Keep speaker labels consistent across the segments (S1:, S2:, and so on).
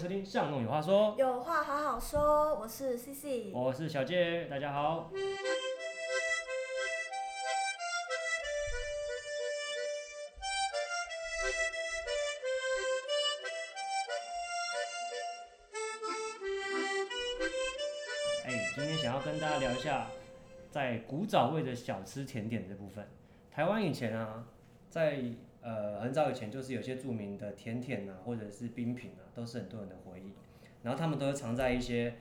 S1: 收听上弄有话说，
S2: 有话好好说，我是 C C。
S1: 我是小杰，大家好。哎、今天想要跟大家聊一下，在古早味的小吃甜点这部分，台湾以前啊，在呃很早以前就是有些著名的甜点啊，或者是冰品啊，都是很多人的回忆。然后他们都会藏在一些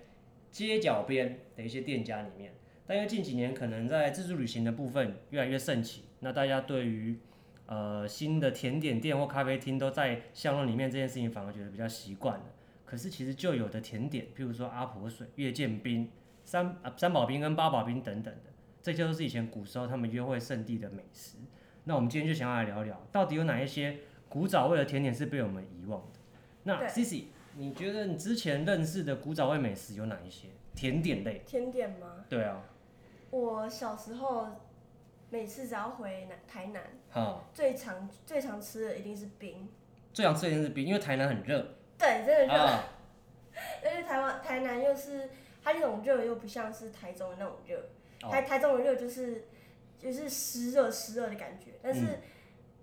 S1: 街角边的一些店家里面。但因为近几年可能在自助旅行的部分越来越盛起，那大家对于呃新的甜点店或咖啡厅都在巷弄里面这件事情，反而觉得比较习惯了。可是其实就有的甜点，譬如说阿婆水、月见冰、三啊三宝冰跟八宝冰等等的，这些都是以前古时候他们约会圣地的美食。那我们今天就想要来聊聊，到底有哪一些古早味的甜点是被我们遗忘的？那
S2: 对
S1: C C，你觉得你之前认识的古早味美食有哪一些？甜点类？
S2: 甜点吗？
S1: 对啊，
S2: 我小时候每次只要回南台南，
S1: 好，
S2: 最常最常吃的一定是冰。
S1: 最想吃的一定是冰，因为台南很热
S2: 对，真的热，
S1: 啊，
S2: 而且台湾台南又是它那种热，又不像是台中的那种热。台
S1: 哦，
S2: 台中的热就是就是湿热湿热的感觉，但
S1: 嗯
S2: 是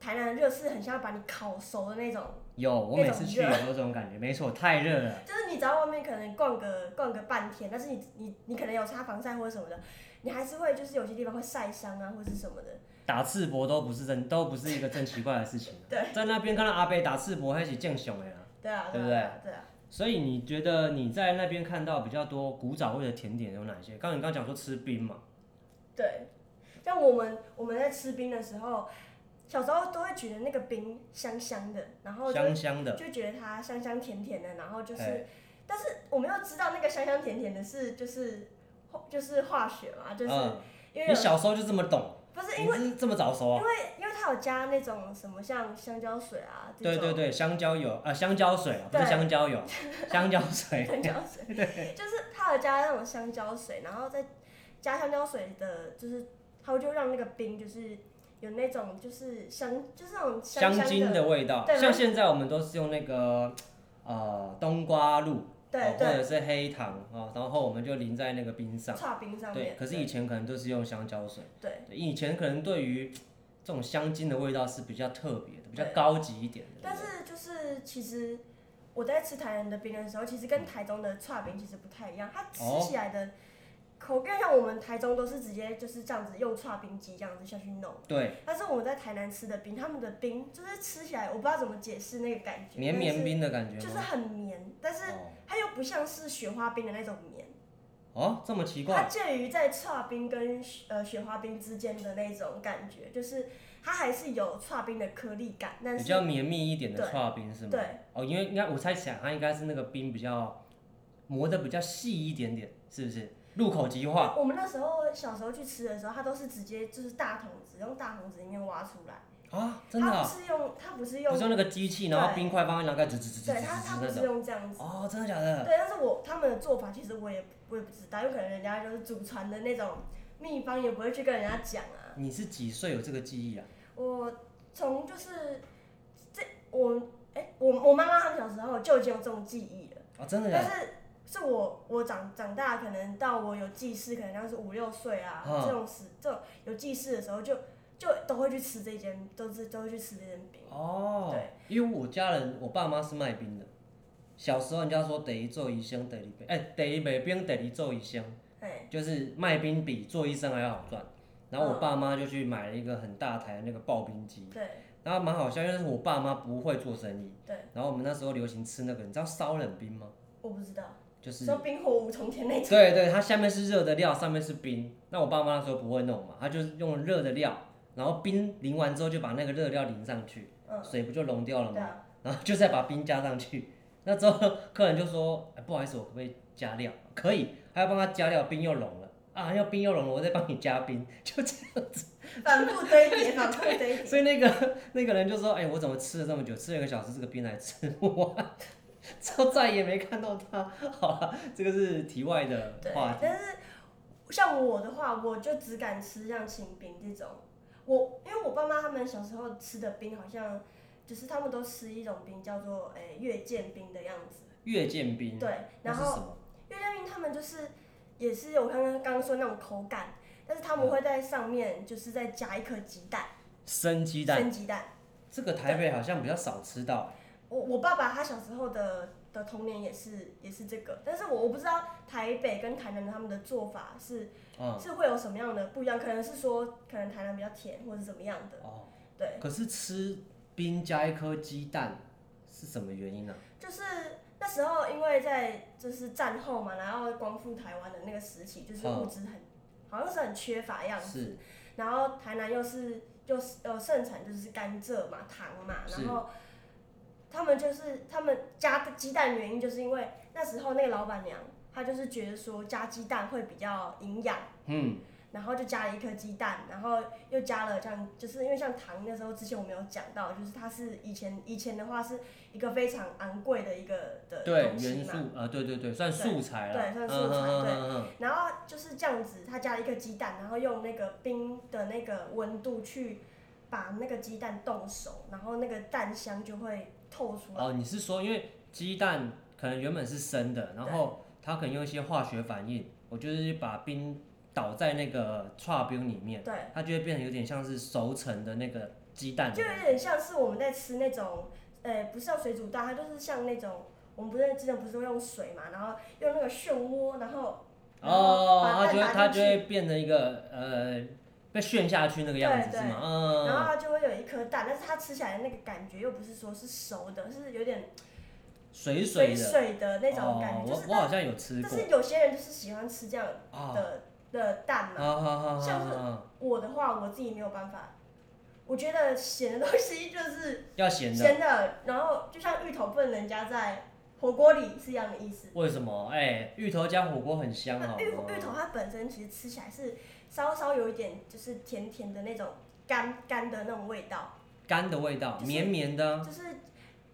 S2: 台南的热是很像把你烤熟的那种，
S1: 有我每次去也都有这种感觉，没错，太热了，
S2: 就是你只要外面可能逛个逛个半天，但是你你你可能有擦防晒或者什么的，你还是会就是有些地方会晒伤啊或者是什么的。
S1: 打赤膊都不是正，都不是一个正奇怪的事情。
S2: 对，
S1: 在那边看到阿贝打赤膊，还起见熊哎呀。
S2: 对啊，
S1: 对
S2: 对
S1: 不对
S2: 啊，对啊，对啊。
S1: 所以你觉得你在那边看到比较多古早味的甜点有哪些？刚刚你刚讲说吃冰嘛，
S2: 对，像我们我们在吃冰的时候，小时候都会觉得那个冰香香的，然后就
S1: 香香的，
S2: 就觉得它香香甜甜的，然后就是
S1: 哎，
S2: 但是我们要知道那个香香甜甜的是就是就是化学嘛，就是、
S1: 嗯，
S2: 因为
S1: 你
S2: 有
S1: 小时候就这么懂，
S2: 不是
S1: 你
S2: 因为。
S1: 是这么早熟
S2: 因
S1: 啊？
S2: 为因为它有加那种什么像香蕉水啊，这
S1: 对
S2: 种
S1: 对对，香蕉油啊，香蕉水啊，不是
S2: 对
S1: 香 蕉油，香蕉 水，
S2: 香蕉水，就是它有加那种香蕉水，然后再加香蕉水的，就是它就让那个冰就是有那种就是香，就是那种
S1: 香
S2: 香
S1: 精
S2: 的，
S1: 的味道
S2: 对。
S1: 像现在我们都是用那个呃冬瓜露，哦
S2: 对
S1: 或
S2: 对，
S1: 者是黑糖哦，然后我们就淋在那个冰上。
S2: 差冰上
S1: 对
S2: 面，。
S1: 可是以前可能都是用香蕉水。
S2: 对
S1: 对，以前可能对于这种香精的味道是比较特别的，比较
S2: 对
S1: 高级一点的。
S2: 但是就是其实我在吃台南的冰的时候，其实跟台中的串冰其实不太一样，它吃起来的口感像我们台中都是直接就是这样子用串冰机这样子下去弄，
S1: 对，
S2: 但是我们在台南吃的冰，他们的冰就是吃起来我不知道怎么解释那个感觉，
S1: 绵绵冰的感
S2: 但
S1: 觉
S2: 是就是
S1: 吗？
S2: 很绵，但是它又不像是雪花冰的那种绵，
S1: 哦，哦，这么奇怪
S2: 它介于在串冰跟雪呃雪花冰之间的那种感觉，就是它还是有串冰的颗粒感，但
S1: 比
S2: 是
S1: 较绵密一点的
S2: 对
S1: 刨冰是吗？
S2: 对。
S1: 哦，因为应该我猜想它应该是那个冰比较磨的比较细一点点，是不是？入口即化。
S2: 我们那时候小时候去吃的时候，它都是直接就是大桶子，用大桶子里面挖出来。
S1: 啊，真的、
S2: 它
S1: 啊，
S2: 不是用，它不是
S1: 不
S2: 用
S1: 是，用那个机器，然后
S2: 对
S1: 冰块放在那个吱吱吱吱吱
S2: 对，它它
S1: 吱
S2: 不
S1: 那
S2: 是
S1: 种。
S2: 用这样子。
S1: 哦，真的假的？
S2: 对，但是我他们的做法其实我也我也不知道，有可能人家就是祖传的那种秘方，也不会去跟人家讲啊。
S1: 你是几岁有这个记忆啊？
S2: 我从就是这我哎、我我妈妈他们小时候就已经有这种记忆了，
S1: 哦，真的假
S2: 但
S1: 的？
S2: 是是我我长长大，可能到我有记事，可能像是五六岁啊、
S1: 嗯
S2: 这种时这种有记事的时候就，就都会去吃这间，都是都会去吃这间饼。
S1: 哦
S2: 对，
S1: 因为我家人，我爸妈是卖冰的。小时候人家说得一做一生，得一杯，哎、得一杯冰，得一做一生，
S2: 哎，
S1: 就是卖冰比做医生还要好赚。然后我
S2: 嗯
S1: 爸妈就去买了一个很大台的那个刨冰机，
S2: 对
S1: 然后蛮好笑，因为是我爸妈不会做生意。
S2: 对，
S1: 然后我们那时候流行吃那个，你知道烧冷冰吗？
S2: 我不知道，
S1: 就是
S2: 说冰火五重天那种。
S1: 对对，它下面是热的料，上面是冰。那我爸妈那时候不会弄嘛，他就是用热的料，然后冰淋完之后就把那个热料淋上去，
S2: 嗯，
S1: 水不就融掉了
S2: 对
S1: 吗？
S2: 啊，
S1: 然后就再把冰加上去。那之后客人就说、哎不好意思，我可不可以加料？可以，还要帮他加料，冰又融了啊，要冰又融了，我再帮你加冰，就这样子。
S2: 反复堆叠，反复堆叠。
S1: 所以那个那个人就说，哎、我怎么吃了这么久，吃了一个小时，这个冰还吃不完，之后再也没看到他。好了，这个是题外的
S2: 对
S1: 话，题。
S2: 但是像我的话，我就只敢吃像秦饼这种。我因为我爸妈他们小时候吃的冰，好像就是他们都吃一种冰叫做诶、月见冰的样子。
S1: 月见冰，
S2: 对，
S1: 那
S2: 然
S1: 是
S2: 后
S1: 什么？
S2: 月亮冰他们就是也是有刚刚刚刚说那种口感，但是他
S1: 嗯
S2: 们会在上面就是再加一颗鸡蛋，
S1: 生鸡蛋，
S2: 生鸡蛋。
S1: 这个台北好像比较少吃到，
S2: 我我爸爸他小时候的的童年也是也是这个，但是我我不知道台北跟台南他们的做法是、
S1: 嗯，
S2: 是会有什么样的不一样，可能是说可能台南比较甜或者是怎么样的，
S1: 哦，
S2: 对，
S1: 可是吃冰加一颗鸡蛋是什么原因呢、
S2: 就是那时候因为在就是战后嘛，然后光复台湾的那个时期，就是
S1: 嗯
S2: 物资很、好像是很缺乏的样子，
S1: 是
S2: 然后台南又是又是呃盛产就是甘蔗嘛、糖嘛，
S1: 是
S2: 然后他们就是他们加鸡蛋的原因，就是因为那时候那个老板娘她就是觉得说加鸡蛋会比较营养，
S1: 嗯，
S2: 然后就加了一颗鸡蛋，然后又加了这样，就是因为像糖那时候之前我没有讲到，就是它是以前以前的话是一个非常昂贵的一个的
S1: 对，
S2: 东西
S1: 元
S2: 嘛
S1: 素，呃，对对对，算素材了，
S2: 对算素
S1: 嗯
S2: 材
S1: 嗯
S2: 对
S1: 嗯嗯嗯
S2: 然后就是这样子，他加了一个鸡蛋，然后用那个冰的那个温度去把那个鸡蛋冻熟，然后那个蛋香就会透出来。
S1: 哦，你是说因为鸡蛋可能原本是生的，然后它可能用一些化学反应，我就是把冰倒在那个刨冰里面，
S2: 对，
S1: 它就会变成有点像是熟成的那个鸡蛋的
S2: 就有
S1: 感觉。
S2: 点像是我们在吃那种，呃，不是叫水煮蛋，它就是像那种，我们不是之前不是会用水嘛，然后用那个漩涡，然后然后
S1: 哦，
S2: 把
S1: 它就
S2: 蛋
S1: 会它
S2: 打
S1: 就
S2: 进去，
S1: 会变成一个呃被炫下去那个样子
S2: 对
S1: 是
S2: 对
S1: 吗？嗯，
S2: 然后它就会有一颗蛋，但是它吃起来的那个感觉又不是说是熟的，是有点
S1: 水
S2: 水
S1: 的
S2: 水的那种感
S1: 哦
S2: 觉，就
S1: 我
S2: 是
S1: 我好像有吃
S2: 但
S1: 过
S2: 是有些人就是喜欢吃这样
S1: 啊
S2: 的的蛋
S1: 啊
S2: 嘛。
S1: 啊啊！
S2: 像是
S1: 啊啊
S2: 我的话，我自己没有办法。我觉得咸的东西 就是
S1: 要咸的，
S2: 咸的，然后就像芋头不能人加在火锅里是一样的意思。
S1: 为什么？哎，芋头加火锅很香
S2: 那
S1: 好哦
S2: 芋
S1: 吗？
S2: 芋头它本身其实吃起来是稍稍有一点就是甜甜的那种干干的那种味道，
S1: 干的味道，
S2: 就是
S1: 绵绵的啊
S2: 就是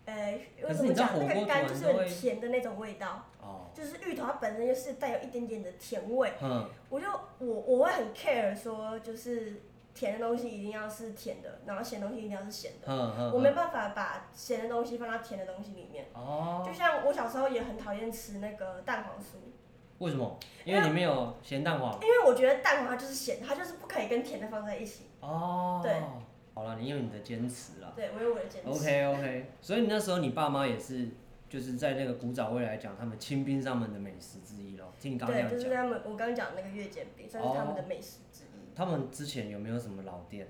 S2: 呃，
S1: 可
S2: 为
S1: 是
S2: 什
S1: 你
S2: 么
S1: 知道
S2: 讲那
S1: 火锅
S2: 个干
S1: 煮完
S2: 就是
S1: 都
S2: 有点
S1: 会
S2: 甜的那种味道，
S1: 哦，
S2: 就是芋头它本身就是带有一点点的甜味。
S1: 嗯。
S2: 我就我我会很 care 说，就是甜的东西一定要是甜的，然后咸的东西一定要是咸的。
S1: 嗯嗯
S2: 我没办法把咸的东西放到甜的东西里面。
S1: 哦，
S2: 就像我小时候也很讨厌吃那个蛋黄酥，
S1: 为什么？因
S2: 因
S1: 为
S2: 为
S1: 里面有咸蛋黄
S2: 因为我觉得蛋黄它就是咸的，它就是不可以跟甜的放在一起。
S1: 哦。
S2: 对，
S1: 好了，你有你的坚持啦。
S2: 对，我有我的坚持。
S1: 哦 OK OK，所以你那时候你爸妈也是，就是在那个古早味来讲，他们清兵上门的美食之一咯。听你刚刚那样
S2: 对，就是
S1: 讲，哦
S2: 他们我刚刚讲的那个月见饼，算是他们的美食之一。
S1: 他们之前有没有什么老店？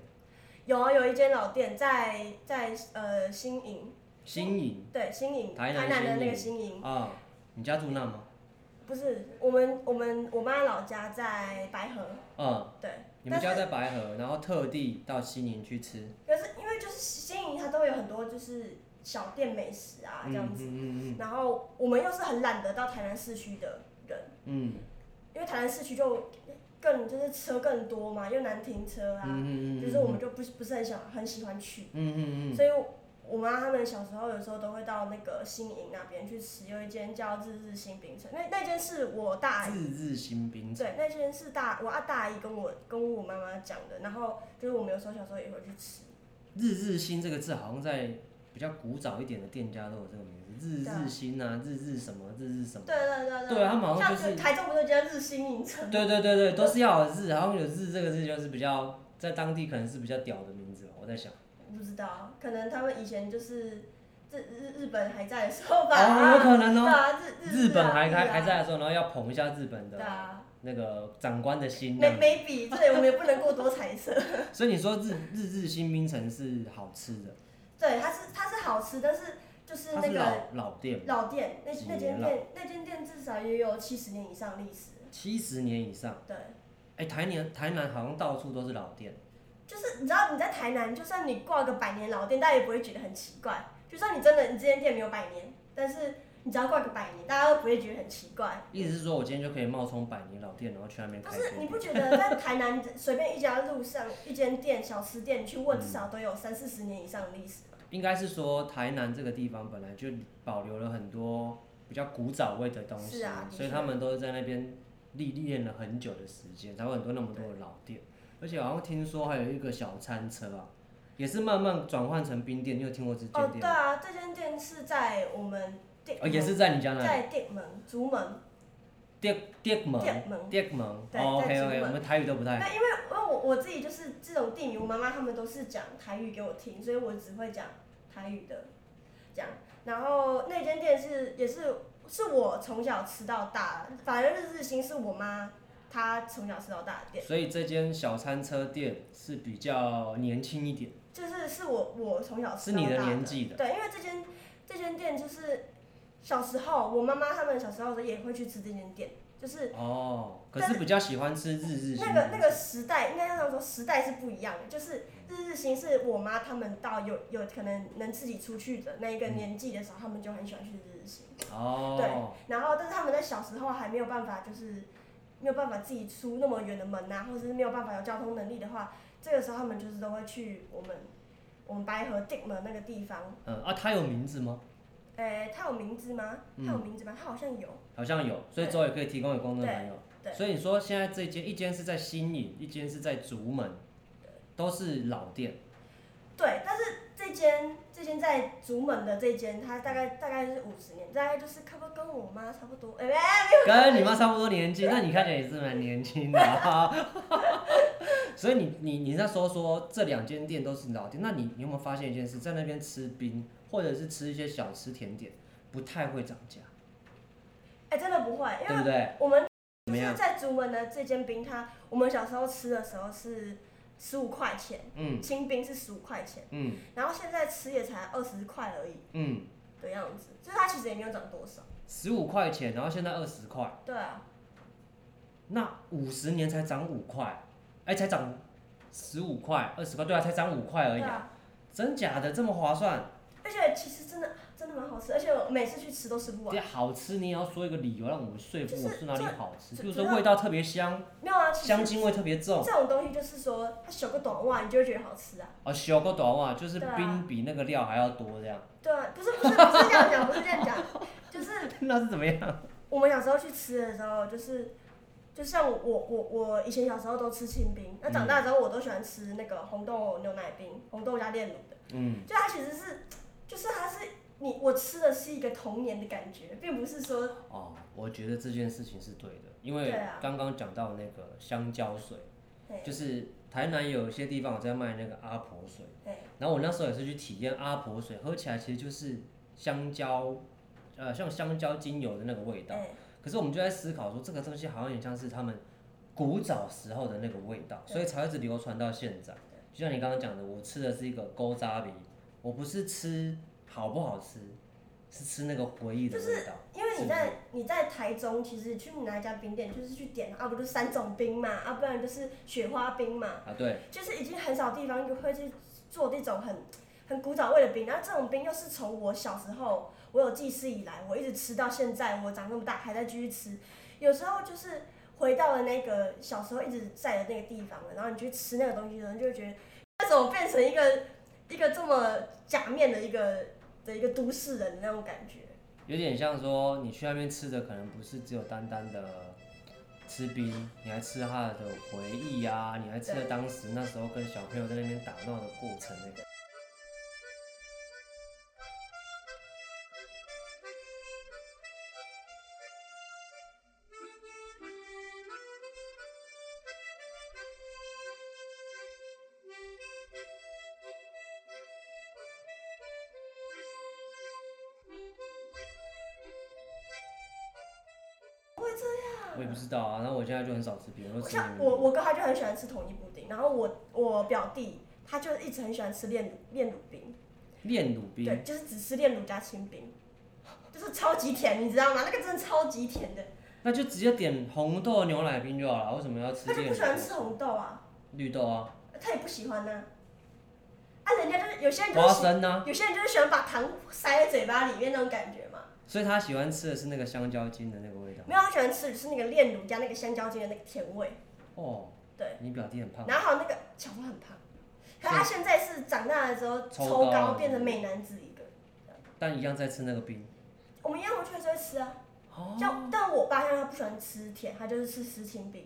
S2: 有啊，有一间老店在在呃新营，
S1: 新颖
S2: 对新营
S1: 台南
S2: 的那个
S1: 新
S2: 新营，
S1: 啊，你家住那吗？
S2: 不是我们我们我妈老家在白河，
S1: 嗯，
S2: 对，
S1: 你们
S2: 但
S1: 家
S2: 是
S1: 在白河，然后特地到新营去吃，
S2: 可是因为就是新营它都会有很多就是小店美食啊这样子，
S1: 嗯嗯
S2: 然后我们又是很懒得到台南市区的人，
S1: 嗯
S2: 因为台南市区就更就是车更多嘛，又难停车
S1: 嗯
S2: 啊，
S1: 嗯嗯，
S2: 就是我们就不是不是很想很喜欢去，
S1: 嗯嗯嗯
S2: 所以我妈他们小时候有时候都会到那个新营那边去吃，有一间叫日日新冰城，那那间是我大
S1: 嗯，日日新兵
S2: 对，那间是大我阿大姨跟我跟我妈妈讲的，然后就是我们有时候小时候也会去吃，
S1: 日日新这个字好像在比较古早一点的店家都有这个名字，日
S2: 对啊
S1: 日新啊，日日什么，日日什么，
S2: 对对对
S1: 对他们好像
S2: 像
S1: 就是
S2: 台中不是有间日新影城，
S1: 对对对对，都是要有日，好像有日这个字就是比较在当地可能是比较屌的名字吧，我在想。
S2: 不知道，可能他们以前就是日日日本还在的时候吧，
S1: 哦，有可能
S2: 对
S1: 哦。
S2: 啊，日
S1: 日本还还还，
S2: 日啊
S1: 在的时候，然后要捧一下日本
S2: 对
S1: 的
S2: 啊，
S1: 那个长官的心这
S2: 没
S1: 样子，
S2: 没比，对，我们也不能过多猜测。
S1: 所以你说日日日新冰城是好吃的，
S2: 对，它是它是好吃，但是就是
S1: 它
S2: 那
S1: 是
S2: 个
S1: 老老店，
S2: 老店，那
S1: 几
S2: 那
S1: 年
S2: 间
S1: 了
S2: 店那间店至少也有七十年以上历史，
S1: 七十年以上。
S2: 对。
S1: 哎，台南台南好像到处都是老店，
S2: 就是你知道你在台南，就算你挂个百年老店，大家也不会觉得很奇怪。就算你真的你这间店没有百年，但是你只要挂个百年，大家都不会觉得很奇怪。
S1: 意思是说我今天就可以冒充百年老店，然后去那边
S2: 不
S1: 开
S2: 是
S1: 店
S2: 你。不觉得在台南随便一家路上一间店小吃店，你去问
S1: 嗯
S2: 至少都有三四十年以上的历史吗？
S1: 应该是说台南这个地方本来就保留了很多比较古早味的东西，
S2: 是啊的确
S1: 所以他们都是在那边历练了很久的时间，才会很多那么多的老店。而且好像听说还有一个小餐车啊，也是慢慢转换成冰店。你有听过这间
S2: 哦，
S1: 店吗？
S2: 对啊，这间店是在我们店
S1: 哦，也是在你家那里。
S2: 在店门、竹门、
S1: 电电门，
S2: 店门。
S1: 电门。
S2: 对
S1: 哦，OK
S2: 在竹
S1: OK，
S2: 门
S1: 我们台语都不太。
S2: 那因为因为我我自己就是这种地名，我妈妈他们都是讲台语给我听，所以我只会讲台语的讲。然后那间店是也是是我从小吃到大，反正日日新是我妈她从小吃到大的店，
S1: 所以这间小餐车店是比较年轻一点，
S2: 就是是我我从小吃
S1: 是
S2: 到大
S1: 你的年纪的。
S2: 对，因为这间这间店就是小时候我妈妈他们小时候的也会去吃这间店，就是
S1: 哦，可
S2: 但
S1: 是比较喜欢吃日日新
S2: 那
S1: 的。
S2: 个那个时代，应该这样说，时代是不一样的。就是日日新是我妈他们到有有可能能自己出去的那一个
S1: 嗯
S2: 年纪的时候，他们就很喜欢去日日新。
S1: 哦，
S2: 然后，但是他们在小时候还没有办法，就是没有办法自己出那么远的门啊，或者是没有办法有交通能力的话，这个时候他们就是都会去我们我们白河定门那个地方。
S1: 嗯啊，它有名字吗？
S2: 诶、呃他有名字吗？
S1: 嗯
S2: 他有名字吗？他好像有。
S1: 好像有，所以
S2: 对
S1: 之后也可以提供给观众朋友。
S2: 对对
S1: 所以你说现在这间一间是在新营，一间是在竹门，都是老店。
S2: 对，但是这间这间在竹门的这间，它大概大概是五十年，大概就是差不多跟我妈差不多，哎、哎
S1: 跟你妈差不多年纪，那 你看起来也是蛮年轻的、 啊。所以你你你那时候说这两间店都是老店，那你你有没有发现一件事，在那边吃冰或者是吃一些小吃甜点，不太会涨价，
S2: 哎真的不会，因
S1: 对不
S2: 为
S1: 对？
S2: 我们
S1: 怎
S2: 就
S1: 么
S2: 是
S1: 样？
S2: 在竹门的这间冰它，我们小时候吃的时候是十五块钱，
S1: 嗯
S2: 清冰是十五块钱，
S1: 嗯
S2: 然后现在吃也才二十块而已
S1: 嗯，
S2: 的样子，就是它其实也没有涨多少。
S1: 十五块钱，然后现在二十块，
S2: 对啊，
S1: 那五十年才涨五块，哎，才涨十五块、二十块，对啊，才涨五块而
S2: 对
S1: 已、啊，
S2: 啊，
S1: 真假的这么划算？
S2: 而且其实真的真的蛮好吃，而且我每次去吃都吃不完。
S1: 这好吃你也要说一个理由让我们说服
S2: 就是
S1: 我说哪里好吃，
S2: 这
S1: 比如
S2: 这
S1: 说味道特别香，
S2: 没有啊，其
S1: 香
S2: 实
S1: 精味特别重。
S2: 这种东西就是说，它小个短袜你就会觉得好吃啊。
S1: 哦，小个短袜就是
S2: 对啊
S1: 冰比那个料还要多这样，
S2: 对啊，不是不是不是这样讲，不是 这样讲，就是
S1: 那是怎么样？
S2: 我们小时候去吃的时候，就是就像我我我我以前小时候都吃清冰，那长大之后我都喜欢吃那个红豆牛奶冰，红豆加炼乳的，
S1: 嗯，
S2: 就它其实是就是它是你我吃的是一个童年的感觉，并不是说
S1: 哦，我觉得这件事情是对的，因
S2: 对
S1: 为
S2: 啊
S1: 刚刚讲到那个香蕉水，
S2: 对
S1: 就是台南有一些地方有在卖那个阿婆水，
S2: 对
S1: 然后我那时候也是去体验阿婆水，喝起来其实就是香蕉，呃，像香蕉精油的那个味道。
S2: 哎
S1: 可是我们就在思考说，这个东西好像有点像是他们古早时候的那个味道，
S2: 对
S1: 所以才会一直流传到现在。就像你刚刚讲的，我吃的是一个勾扎饼，我不是吃好不好吃，是吃那个回忆的味道。
S2: 因为
S1: 是
S2: 你
S1: 不
S2: 在你在台中，其实去哪一家冰店就是去点，啊不就三种冰嘛，啊不然就是雪花冰嘛，
S1: 啊，对，
S2: 就是已经很少地方会去做这种很很古早味的冰，然后这种冰又是从我小时候我有记事以来，我一直吃到现在，我长那么大还在继续吃。有时候就是回到了那个小时候一直在的那个地方了，然后你去吃那个东西的时候，你就会觉得那怎么变成一个一个这么假面的一个的一个都市人的那种感觉。
S1: 有点像说你去那边吃的可能不是只有单单的吃冰，你还吃它的回忆啊，你还吃了
S2: 对
S1: 当时那时候跟小朋友在那边打闹的过程那个。我也不知道啊，然后我现在就很少吃冰，我都吃
S2: 像
S1: 牛
S2: 我
S1: 肉。
S2: 我跟他就很喜欢吃统一布丁，然后我我表弟他就一直很喜欢吃炼乳炼乳冰。
S1: 炼乳冰，
S2: 对，就是只吃炼乳加清冰，就是超级甜，你知道吗？那个真的超级甜的。
S1: 那就直接点红豆牛奶冰就好了，为什么要吃
S2: 他就
S1: 炼
S2: 不
S1: 乳
S2: 喜欢吃红豆啊，
S1: 绿豆啊、
S2: 他也不喜欢呢、啊。人家就是有些人就
S1: 花
S2: 是喜，
S1: 生啊？
S2: 有些人就是喜欢把糖塞在嘴巴里面那种感觉嘛。
S1: 所以他喜欢吃的是那个香蕉精的那个味道。
S2: 没有，他喜欢吃的是那个炼乳加那个香蕉精的那个甜味。
S1: 哦，
S2: 对，
S1: 你表弟很胖，
S2: 然后还有那个小胖很胖，可是他现在是长大了之后
S1: 抽
S2: 抽
S1: 高
S2: 高
S1: 了
S2: 变成美男子一个。
S1: 但一样在吃那个冰。
S2: 我们一样回去还是会吃啊，
S1: 哦，
S2: 像但我爸现在他不喜欢吃甜，他就是吃吃清冰。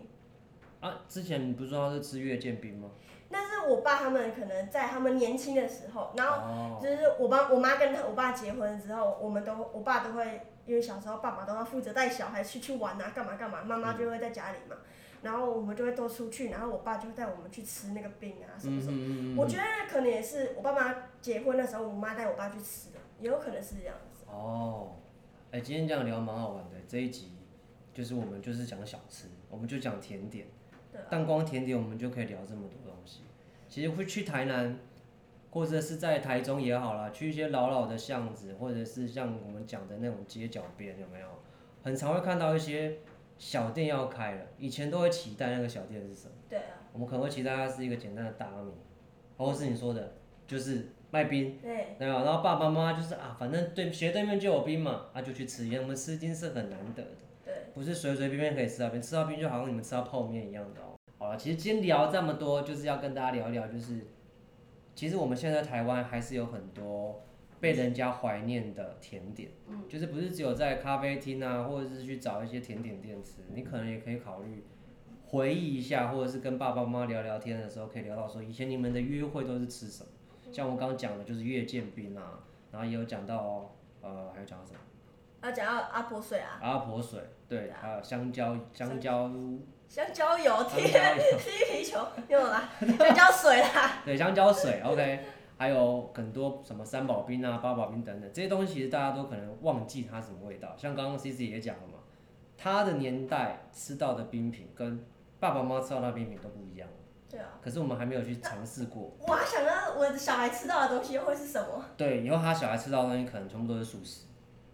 S1: 啊，啊，之前你不是说他是吃月见冰吗？
S2: 但是我爸他们可能在他们年轻的时候，然后
S1: 哦，
S2: 就是我爸我妈跟他我爸结婚之后，我们都我爸都会因为小时候爸爸都要负责带小孩去去玩啊，干嘛干嘛，妈妈就会在家里嘛，
S1: 嗯
S2: 然后我们就会都出去，然后我爸就会带我们去吃那个冰啊什么什么。
S1: 嗯嗯嗯
S2: 我
S1: 嗯，
S2: 觉得可能也是我爸妈结婚的时候，我妈带我爸去吃的，也有可能是这样子。
S1: 哦，哎、今天这样聊蛮好玩的，这一集就是我们就是讲小吃，我们就讲甜点。
S2: 对啊，
S1: 但光甜点我们就可以聊这么多东西。其实会去台南，或者是在台中也好啦，去一些老老的巷子，或者是像我们讲的那种街角边，有没有？很常会看到一些小店要开了，以前都会期待那个小店是什么，
S2: 对啊，
S1: 我们可能会期待它是一个简单的大米，或者是你说的，就是卖冰。
S2: 对，
S1: 对啊，然后爸爸妈妈就是啊，反正对斜对面就有冰嘛，啊就去吃，因为我们吃冰是很难得的，
S2: 对，
S1: 不是随随便便可以吃到冰，吃到冰就好像你们吃到泡面一样的哦。好了，其实今天聊这么多，就是要跟大家聊一聊，就是其实我们现在台湾还是有很多被人家怀念的甜点，
S2: 嗯
S1: 就是不是只有在咖啡厅啊，或者是去找一些甜点店吃，你可能也可以考虑。回忆一下，或者是跟爸爸妈妈聊聊天的时候，可以聊到说以前你们的约会都是吃什么。像我刚刚讲的，就是月见冰啊，然后也有讲到呃，还有讲到什么
S2: 要讲到阿婆水啊，
S1: 阿婆水，对，还有香蕉香蕉
S2: 香蕉油
S1: 香
S2: 贴
S1: 蕉 油，
S2: 踢皮球，没有啦，香蕉水啦，
S1: 对，香蕉水，OK，还有很多什么三宝冰啊、八宝冰等等这些东西，其实大家都可能忘记它什么味道。像刚刚 C C 也讲了嘛，他的年代吃到的冰品跟爸爸妈妈吃到的冰品都不一样，
S2: 对啊。
S1: 可是我们还没有去尝试过。
S2: 我还想到我的小孩吃到的东西会是什么？
S1: 对，以后他小孩吃到的东西可能全部都是素食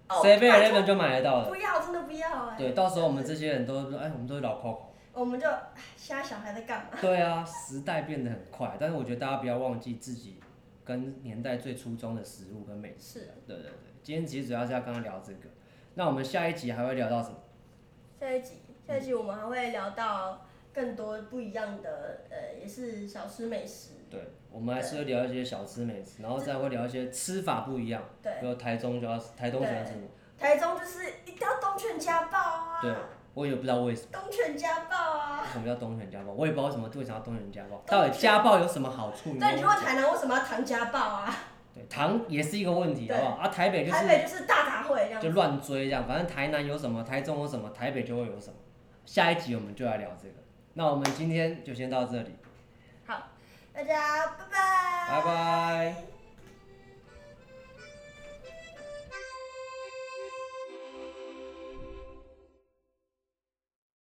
S2: 哦
S1: ，Seven Eleven 哦就买得到了。
S2: 不要，真的不要哎、
S1: 对，到时候我们这些人都说，哎，我们都是老 Coco。
S2: 我们就唉现在小孩在干嘛？
S1: 对啊，时代变得很快，但是我觉得大家不要忘记自己跟年代最初衷的食物跟美食。
S2: 是
S1: 对对对，今天其实主要是要跟他聊这个。那我们下一集还会聊到什么？
S2: 下一集，下一集我们还会聊到更多不一样的，呃，也是小吃美食。
S1: 对，我们还是会聊一些小吃美食，然后再会聊一些吃法不一样。
S2: 对，
S1: 比如台中就要台东喜欢吃什么？
S2: 台中就是一定要东泉家暴啊，
S1: 对，我也不知道为什么。
S2: 东泉家暴啊。
S1: 为什么叫东泉家暴？我也不知道为什么为什么要东泉家暴，到底家暴有什么好处？
S2: 对，你
S1: 你跟
S2: 就
S1: 我
S2: 问
S1: 讲
S2: 台南为什么要唐家暴啊？
S1: 对，糖也是一个问题，好不好？啊，台北就是
S2: 台北就是大杂烩这样
S1: 就
S2: 子。
S1: 乱追这样，反正台南有什么，台中有什么，台北就会有什么。下一集我们就来聊这个。那我们今天就先到这里，
S2: 好，大家拜拜。
S1: 拜拜。